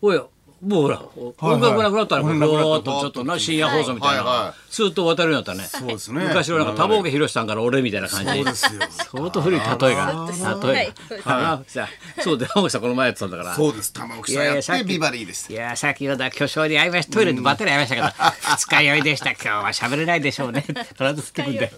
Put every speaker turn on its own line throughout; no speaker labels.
おやもうほら、
い
音楽なくなったらぼ
音楽なくな
ー
っ
ったとちょっとな深夜放送みたいな、
はいはい
スーッと渡るようになったね
そうですね
昔のなんか多忙家博さんから俺みたいな感じ
そうですよ
相当古い例えが例えが、
はい
あらさそうで青木さんこの前やってたんだから
そうです玉置さん
いやい
や
や
っ
さっき
てビバリーです
いやー先ほど巨匠に会いましたトイレでバッテリー会いましたけど二日酔いでした今日は喋れないでしょうねって必ず言ってくんで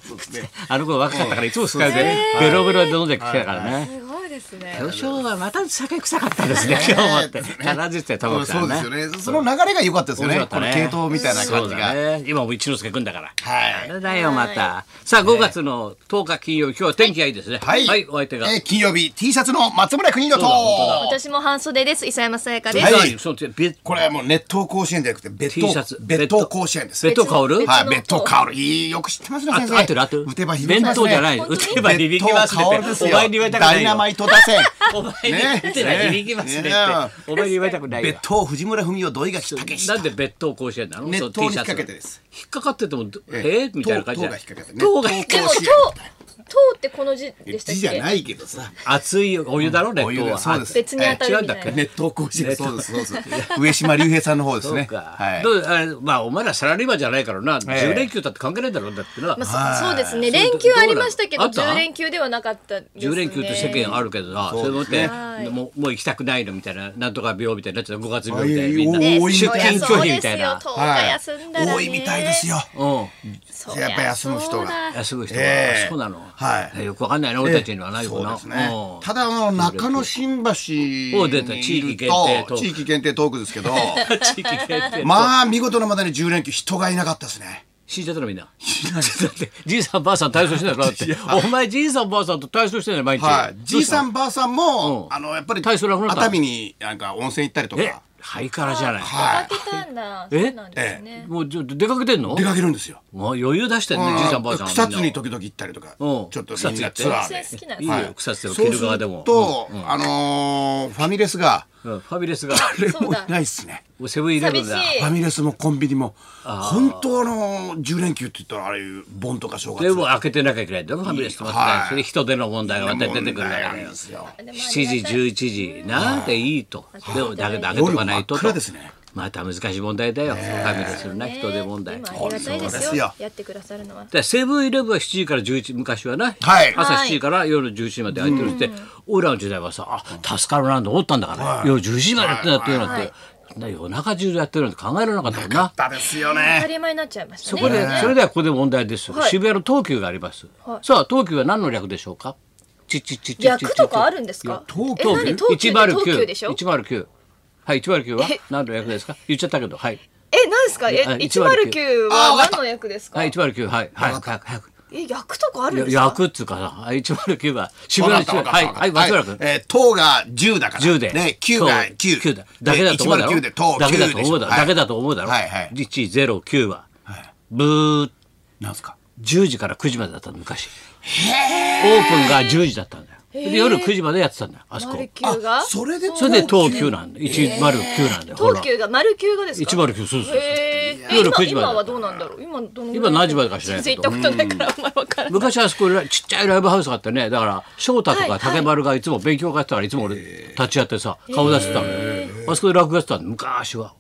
あの子若かったからいつも使うでベロベロで飲んできたからね
すごいですね。
巨匠はまた酒臭かったですね今日もって必ず言ってたよ玉
そう
置さん
です
ね
よねその流れが良かったですよね
面白か
こ
った
の
ね
系統みたいな感じが、
そうだね今も一之輔君だから
はい
あれだよまたさあ5月の10日金曜日今日は天気がいいですね
はい、
お相手が
えー金曜日 T シャツの松村邦洋と
そうだ本
私も半袖です。磯山さやかです。
はい
何そうべ
これはもう熱湯甲子園じゃなくて別
T シャ
当
ツ
別当甲子園です
別当香る
はい
別
別
当
当香るいいよく知ってますね
あ
先生
合ってる合ってる
打てば響き
弁
ますね
当じゃない
本当
打
に
てば響きますね
別当香るです
お
よ
前に言われたく
ダ
な
イ
い
ナマ
よ
イト打線
お前に言われたくない響きますねって
ねね
お前に言われたくないよ
別当藤村文雄土井垣武史
なんで別当甲子園なの
熱湯
そう
に
T
引っ
シャツ
掛けてです
引っかかっててもどえ
え
ーみたいな感じじゃ
塔
ない
塔が引っ掛けてね
塔が引っ
で
掛
も、
甲
と
子
う
園、
とうってこの字でしたっけ。
字じゃないけどさ
け熱いお湯だろ熱湯は
そうです
別に当たるみた
え違うんだっ
い
け
な。
熱湯甲子園そうですそうです上島竜兵さんの方です
そう
ね
か、
はい
どうあれまあお前らサラリーマンじゃないからな、
え
10連休だって関係ないだろだってな、
ま
は
あ、
い
そそうですね。
それ
連休ありましたけ
ど
ど、
うだった
10連休ではなかったですね。
10連休と世間あるけどな、そう
そう
思っ
です
て
ね
もうもう行きたくないのみたいななんとか病みたいになっちゃった5月病みたいなみんな
あいやいや
ね
多い
出勤拒否みたいな
そうですよ10日休んだらね。
多いみたいですよ
うん
そう。
やっぱ休む人が
そうだ
安い人が、
ええ
そうなの、
はい
えよくわかんないな俺たちにはないよな、
そうですね
うん
ただあの中野新橋
お出た地域限定トーク
地域限定トークで すけど
地域限 定
まあ見事なまでに10連休人がいなかったですね
死んじゃったのみんな。だってじいさんばあさん体操してんだろだってお前じいさんばあさんと体操してんだよ毎日、
はいじいさんばあさんも、
うん
あのやっぱり
体
熱
操なくなった
海になんか温泉行ったりと
え
か
ハイカラじゃない、
は
出かけたんだ。
え
そうなんですね。
もうちょっと出かけてんの
い出かけるんですよ
もう余裕出してんね、じいさんばあさんはみんな
草津に時々行ったりとかち
う
ょ
ん
っとみんな
草津
ツ
行
ア
っ
ー
て
で
草津好きなん
い
で
い
す
よ、
ね。
草津でも
そう
着
す
る
る
側でも
と、あのーファミレスが
うんうんファミレスが
そう
もう
だ
いないですね
もうセブンイレブンだ
寂しい
ファミレスもコンビニも本当あのー10連休って言ったらああいう盆とか正月
でも開けてなきゃいけないんだろファミレスとかってね、
はい
それ人手の問題がまた出てくるから
問題あ
ね
んですよ
でもありがたい
7時11時なんでいいとでもだけど開けとかないと
夜真
と
っ暗ですね
また難しい問題だよファミレスのな人手問題
ね今ありがたい
そ
で
うですすよ
よ。やってくださるのは。
でセブンイレブンは7時から11時昔はな、
はい
朝
は
7
い
時から夜11時まで開いてるって、俺らの時代はさあ助かるなと思ったんだから、夜11時までやってんだっていうのって、
はい
な夜中中でやってるなんて考えられなかったもんな。
だですよ
当
ね
たり前になっちゃいました
そ
ね。
こで、
ね
それではここで問題ですよ、
はい
渋谷の東急があります、
はい
さあ東急は何の略でしょうかちっちっちっちっちっち
略とかあるんですか。
東
え、
京
何東急って東急でしょ。
109はい109は
え
何の略ですか言っちゃったけどはい
え、何ですか。え
あ、
一0九は何の役ですか
は。い109はいはい早く早く
え、役とかあるんですか。
役っつうかさはい109は渋
わ
谷
か
の
ったわ
渋
か
谷
った
はいはい
わかった
松村君
えー、党が10だから。
10で。
ね、9が
そう
9。
だ。だけだと思うだろ。
109で党
だけだ
9
と
でし
思
ょ
うだろ。
はい
だけだと思うだろ。
はいはい
109は。
はい
ブー
なんすか
10時から9時までだったの昔。オープンが10時だったんだよ。で夜9時までやってたんだよ、あそこ
丸。九が。
それで
それで東急なんだ。109なんだよ。ほら
東。急が丸九がですか。
109、そうそうそう。
えーえ
夜
今
9時まで
今はどうなんだろう。今どのぐらい
今何時までか知らないけ
全
ど
然行ったことないからあんまりわからない。
昔あそこらちっちゃいライブハウスがあってねだから翔太と
はいは
か
い
竹丸がいつも勉強会やってたからいつも俺立ち会ってさ顔出してたのよあそこで落語やってたんだ昔は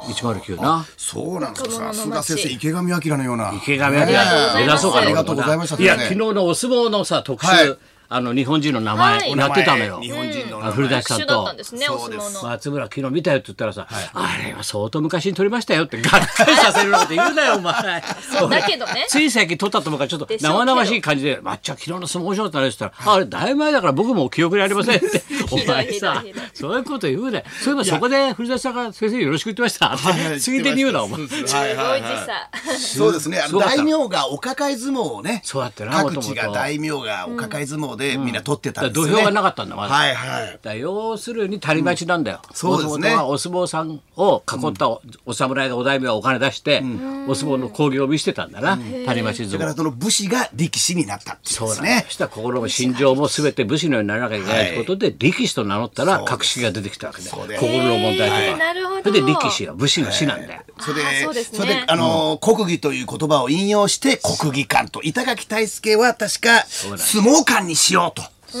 109な
そうなんです
若
か。
者の
須田
街
先生、池上彰のような。
池上彰目指そうかな
ありがとうございました
いや
先
昨
生
日のお相撲のさ特集、
はい
あの日本人の名
は
前
い
やってたのよ、
お名前日本人の名前。
古田さ
一
ん
緒だった
と
んですね、お相撲の。
松村昨日見たよって言ったらさ、あれは相当昔に撮りましたよってがっかりさせるようなこと言うなよお前
そうだけどね。
つい最近撮ったと思うからちょっと生々しい感じで「抹茶昨日の相撲ショーだね」って言ったら「あれだいぶ前だから僕も記憶にありません」ってお前さ
ひどいひどいひどい
そういうこと言うねそういえばそこで古田さんが「先生よろしく言ってました」ってついでに言うなお前。
はい
すご
はいい
時
はい。
差。
そうですね。あ
そう
の
だった
大名がお抱え相撲をね。
そうだったな
各
元
地
々
が大名がお抱え相撲でみんな取ってたんですよね。
だから土俵がなかったんだまだ
はいはい。
だから要するに谷町なんだよ、
そうですね
元々はお相撲さんを囲ったお,、侍がお大名はお金出して、お相撲の興行を見せてたんだな、谷町
だ
相
から
撲
その武士が力士になったっていう
そう
んです
だね
ね。
そしたら心も心情も全て武士のようにならなきゃいけないということで、力士と名乗ったら
そうです
格式が出てきたわけだよ
そうです
心の問題とか、
へーなるほど
それで力士は武士の士なんだよ、
そ
あーそう
れ
で
です
ね
それであのー国技という言葉を引用して国技館と板垣退助は確か相撲館にしようと。
そ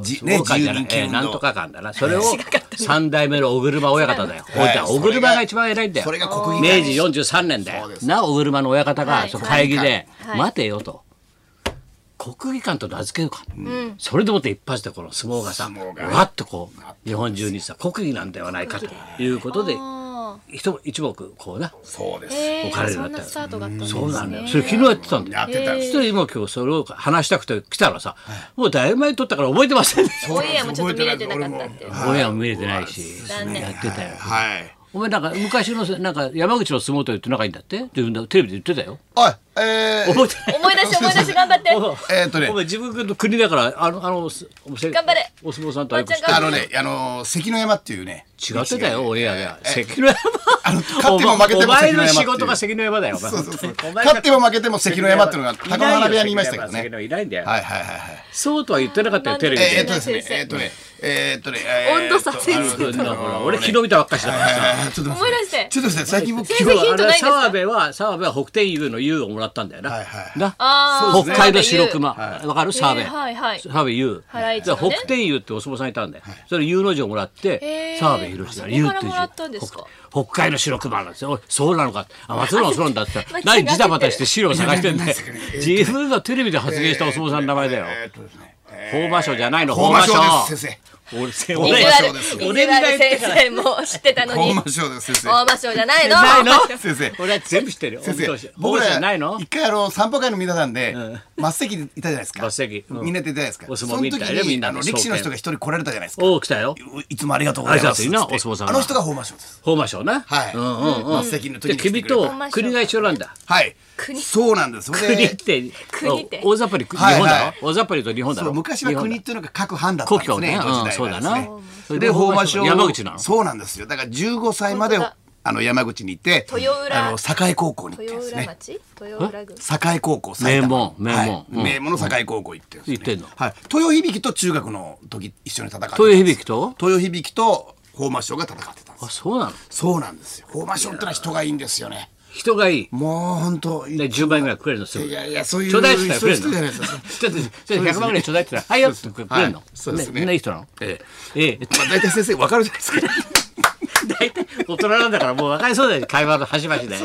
う
じ
そう
ね
豪華じゃない
自由人気運
えー
動
なんとか館だなそれを三代目の小車親方だよ
は
本
い
当は小車が一番偉いんだよ
それが国技
明
館
治43年だ
そ
よ
うです
なお車の親方が、
はい
その会議で、
はい
待てよと国技館と名付けるか、それでもって一発でこの相撲がさ
相撲が
わっとこう日本中にさ国技なんではないかということで
あ
一一目こうな
そうで
ー
す、
え
お金
ー、
になったよ
そんなスタートがあったんですね。
そうなんだよそれ昨日やってたんだよ
やってたん
そ
で
し
す
て今今日それを話したくて来たらさ、もうだいぶ前に撮ったから覚えてませんね
オンエアもちょっと見れてなかったっていう。
親も見れてないし
残念
やってたよ
はい
お前なんか昔のなんか山口の相撲取りって仲いいんだってっていうのテレビで言ってたよ
おいえー、
覚えてない
思い出して思い出して頑張って。
えーっとね
お前自分の国だからあのあのすおせ
頑張れ
お相撲さんとよく知って
ま
る
あのねあの関の山っていうね
違ってたよオンエアで関の山
あの勝っても負けても
お前お
関の
前の
山
仕
って
事
い
が
う
関の山だよお前
そうそうそう
お前が
勝っても負けても関の山っていうのが高野花部屋にいましたけど
関の
ね
山いないんだよ
はいはいはいはい
そうとは言ってなかったよテレビ
えー、えーっ
で
とですねえーっとねえーっとねえーっと
温度差先生
自分のほら俺
昨
昨日見たばっかしだからさ
ちょっと
思い出して
ちょっと待って最近僕
全然ヒントないんですか
澤部は澤部は北天佑の優をもらったんだよな。
はいはいはい
な
あー
北海道白熊わかる澤部
えーはいはい
澤部優。
原市
だ
の
から
ね
北天佑ってお相撲さんいたんだよ。それ優の字をもらっ
へ
て
ー
澤部宏さん優
そ
って
こから
いう
もらったんですか
北北海の白熊なんですよ。おいそうなのか。あ松村もそうなんだって言ったら。
間違え
何
てる
ジタバタして資料探してんだよ。自分がテレビで発言したお相撲さんの名前 だよ。
えーっとですねえ
法馬賞じゃないの
ー法
法
馬
馬
賞
賞。
です先
俺せ
意
俺
地
そう
悪
です
い意地 悪先生も知ってた
生
の
法
に。
馬賞です先
大
生
場所じゃないの。
ないの
先生
俺は全部知ってるよ。
先
お見通し
生
法
僕
馬賞じゃ
ら
ないの
一回あの散歩会の皆さんで末席でいたじゃないですか
末席うん
みんなでいたじゃないですか
お
そ
相
の
撲見
時
たよねみん
に
な
あ
の
の力士の人が一人来られたじゃないですか
おお来たよ。
いつもありがとうございます
挨拶いいな
つって
お相撲さん
あ
が
の人が法馬賞です
法馬賞な。
はい
うんうんうん。
末席の時
で
に来てくれ
君
た
と国が一緒なんだ。
はい
国
そうなんですそれで
国って
国って
大雑把に日本
はい
だ
はい
ろ。大雑把に言うと日本だ
そう
ろ。
昔は国っていうのが各藩だった
故
んです
郷
ね
ね。
江戸時
うん
代
そうだ
は
な
ですね。
それ
で法馬賞
山口なの。
そうなんですよだから15歳まで
本当だ
あの山口に行って
豊浦
あの栄高校に行って
豊
です
浦
ね
町豊浦郡。
栄高校埼玉
名門名門
はい
うん
名門の栄高校行ってるんですね
行ってんの
はい豊響と中学の時一緒に戦ってたんです
豊響と。
豊響と法馬賞が戦ってたんで
あ
す
そうなの。
そうなんですよ法馬賞ってのは人がいいんですよね
人がいい。
もう本当
で10倍ぐらいくれるのすぐ。
いやいやそういう
ちょうだいって言ったら
そういう人
く
じ
れる
ゃない
の。
です
ち
か
ょっとちょっと100万ぐらいちょうだいって言ったらはいよってくれるの
はい。そうですね
みんないい人なの。
え
ええ。
えまあ大体先生わかるじゃないですか
大体大人なんだからもう分かりそうだよ会話の端々で。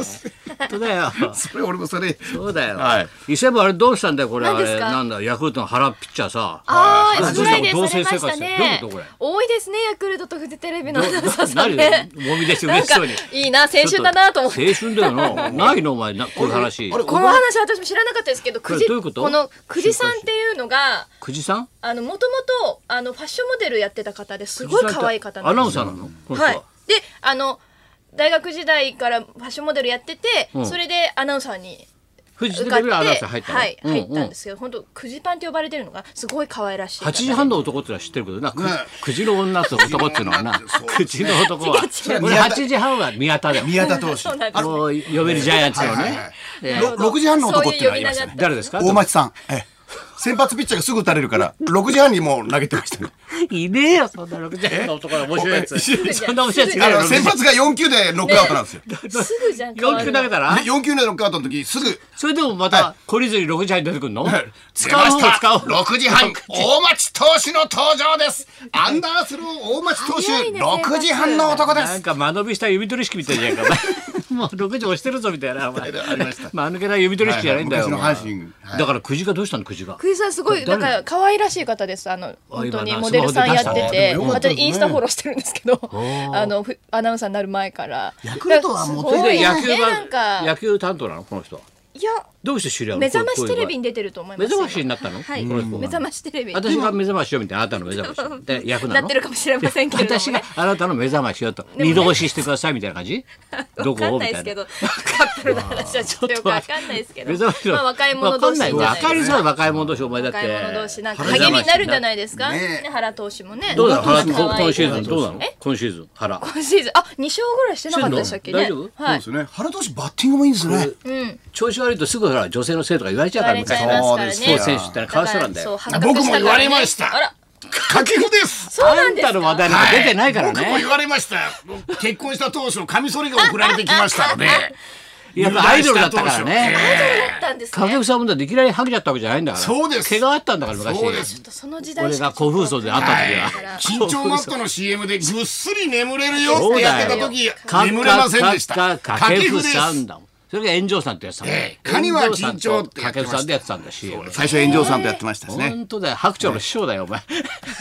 本当だよ。
それ俺もそれ
そうだよ。
はい
伊勢部あれどうしたんだよこれあ
何です
れ
か
なんだヤクルトの原ピッチャーさ。
あ
は
あ、
い
スライデーされました
はい
ね
どういうことこれ。
多いですね、ヤクルトとフジテレビのアナウンサーさ
何
んね。
もみ出し嬉しそうに。
いいな、青春だなと思って。
青春だよな。ないのお前なこういう 話。
あれ
この話私も知らなかったですけど、
れ
久慈
どういうこと
この久慈さんっていうのが、
久慈さん。
あの、もともと、あの、ファッションモデルやってた方ですごい可愛い方
ア
なん
ナウ
で
ン
す
サ
よ
ーなの。この人
はい。で、あの、大学時代からファッションモデルやってて、
うん
それでアナウンサーに
フジテ
受か
レ
っ
ビ
て、
のアナウンサー入ったの。
はい、入っ
うんう
たん
ん
ですけど、本当久慈パンって呼ばれてるのが、すごい可愛らしい方
8
で。
時半の男ってのは知ってるけどな、く
ね
くじの女と男っていうのはな、くじの男は、
違う違う
俺8時半は宮田だよ。
宮田投手
そうなんです
あの、読めるジャイアンツの
はいはい
ね
はい。
えー
ろ6時半の男っていうのがいましたね
誰ですか
大町さん、ええ、先発ピッチャーがすぐ打たれる から6時半にもう投げてましたね
いねえよ、そんな6時半の男の面白いやつ。そんな面白いやつい
あ
ないよ
の。先発が4球でノックアウトなんですよ、です
ぐじゃん。可
4
愛い
球投げたら
4球でノックアウトの時すぐ
それでもまた懲りずに6時半に出てくるの使う
出ま
方
した
使う方
6時半大町投手の登場ですアンダースロー大町投手
早いね
6時半の男で
な
す
んか間延びした指取り式みたいじゃないかお前 もう6時押してるぞみたいなお前
ありました
間抜けな指取り式じゃないんだよ
はいは
お前
い昔の阪神はい
だからくじがどうしたのくじが
クイズさんすごい
だ
なん
誰なの
か可愛らしい方ですあの本当に
今な
モデルさんやってて
スマホで出したねあでもよかったです
私
ね
インスタフォローしてるんですけどあのふアナウンサーになる前から
ヤクルトはモテる
すごい
で
ね
野球
な
が
んか
野球担当なのこの人はい
や
どうして知り合うの
目覚ましテレ
こういう
ビ
こ
に出てると思いう
い
ま
う
す
目覚
よ
ましになったの
はい
この人が
目覚ましテレビ
私が目覚ましよみたいなあなたの目覚ましで役な
な
の
ってるかもしれませんけれどもね
私があなたの目覚ましよと二度押ししてくださいみたいな感じど
わか
こを
ん
み
な
たいな
いですけどカップルの話はちょっとよくわかんないですけど
目覚まし
まあ若い者同士じゃ
わ
ない
かんなわかりづらい若い者同士お前だって
若い者同士なんか励みになるんじゃないですか
ね
ね原投手もね
どうだろう
可
原
愛い
今今シーズンどうなの
え
今シーズン原
今シーズンあ二勝ぐらいしてなかったでしたっけね
してんの大丈夫
はい
すね原投手バッティングもいいんですね
調子悪いとすぐほら女性のせいとか言われちゃう
言
か
わ
ら
れちゃ
昔
い
スポー
そ
ますからね。
ツ選手ってのはかわいそうなんだ
そう
よ。
発覚した
僕も言われました
からねあら、
掛布です
そうな
あ
ん
ん
です
たの話
か。
題なんか出てないから
僕も
ね
言。われましたよ結婚した当初カミソリが送られてきましたので
やっぱアイドルだったからね。
だったんですね
影武さんもだっていきなりはげちゃったわけじゃないんだから。
そうです
毛があったんだから昔。
そうです
その時代
俺が古風荘で会った
はい
時は。
緊張マットの CM でぐっすり眠れるよってやってた時
か
眠れませんでした
かかか
掛
け
布
ふ
です
さんだもん。それが炎上さんってやつだもん
ええカニは緊張ってや
か
っ
け
てまし
ふ
た
さんでやってたんだ CM
最初炎上さんとやってましたしね
本当だよ白鳥の師匠だよお前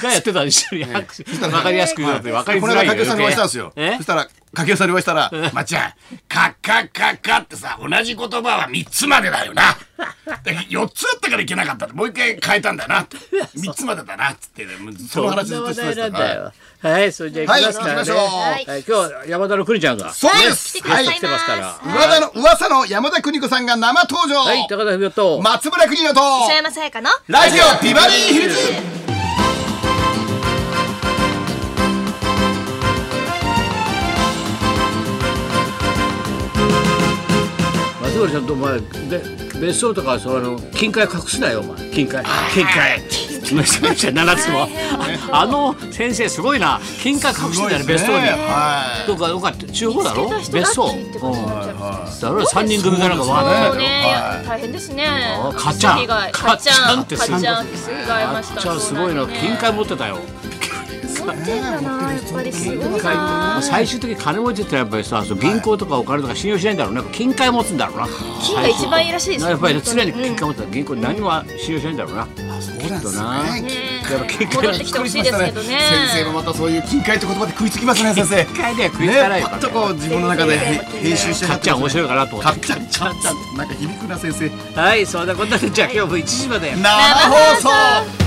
がやってた一緒に白鳥わかりやすく言うのってわかり
こ
づ
の
ら
間
い
掛布さんにお会いしたんですよ
え
そしたら掛布さんにお会いしたら「まっちゃんカッカッカッカ」ってさ同じ言葉は3つまでだよな4つあったからいけなかったもう一回変えたんだな3つまでだなっつってねその話ずっとしてまし
そ
た
んな話なん
か
だ
ら
よはいそれじゃあ行きますからね
はい
行きましょう
はい今日は山田のくにちゃんが
そうで
来て
す
ください
は
ま
い
来てますから
噂の噂の山田邦子さんが生登場
はい高田文夫と
松村邦夫と
磯山さやかの
ラジオビバリーヒルズ
松森さんとお前で別荘とかその金塊隠すなよお前金塊金塊めちゃめちゃ七つもあの先生すごいな金塊隠してたね別荘に
は
どっかどっか地方だろ
見つけた
別
人
荘
だってってことになっちゃいますね
だろ三人組かなんかわー
そ
って
うね、
はい
や大変ですね
あ。かっちゃん
被害
か
か
っ
っ
ち
ち
ゃ
ゃ
ん
ん、
って
かっちゃん、
す
すぐ会いました。
じゃあすごいな金塊持ってたよ
そうなんだね。持ってんだな、やっぱりすごい
まあ
な。
最終的に金持ちってやっぱりさそう銀行とかお金とか信用しないんだろうね金塊持つんだろうな
金が一番いいらしいです。
やっぱり
本当
常に金塊持ってたら銀行何も信用しないんだろうな
あそうなんです
な
ね
やっぱ金
ね
塊
戻ってきてほしいですけどね。
先生もまたそういう金塊って言葉で食いつきますね先生
金塊では食いつかない
ね
よ
パッとこう自分の中で編集して
かっちゃん面白い
い
かなと思
か
っ
ってちゃんちゃんちゃんなんか響くな先生
はいそんなこんなでじゃあ今日も1時まで
生放送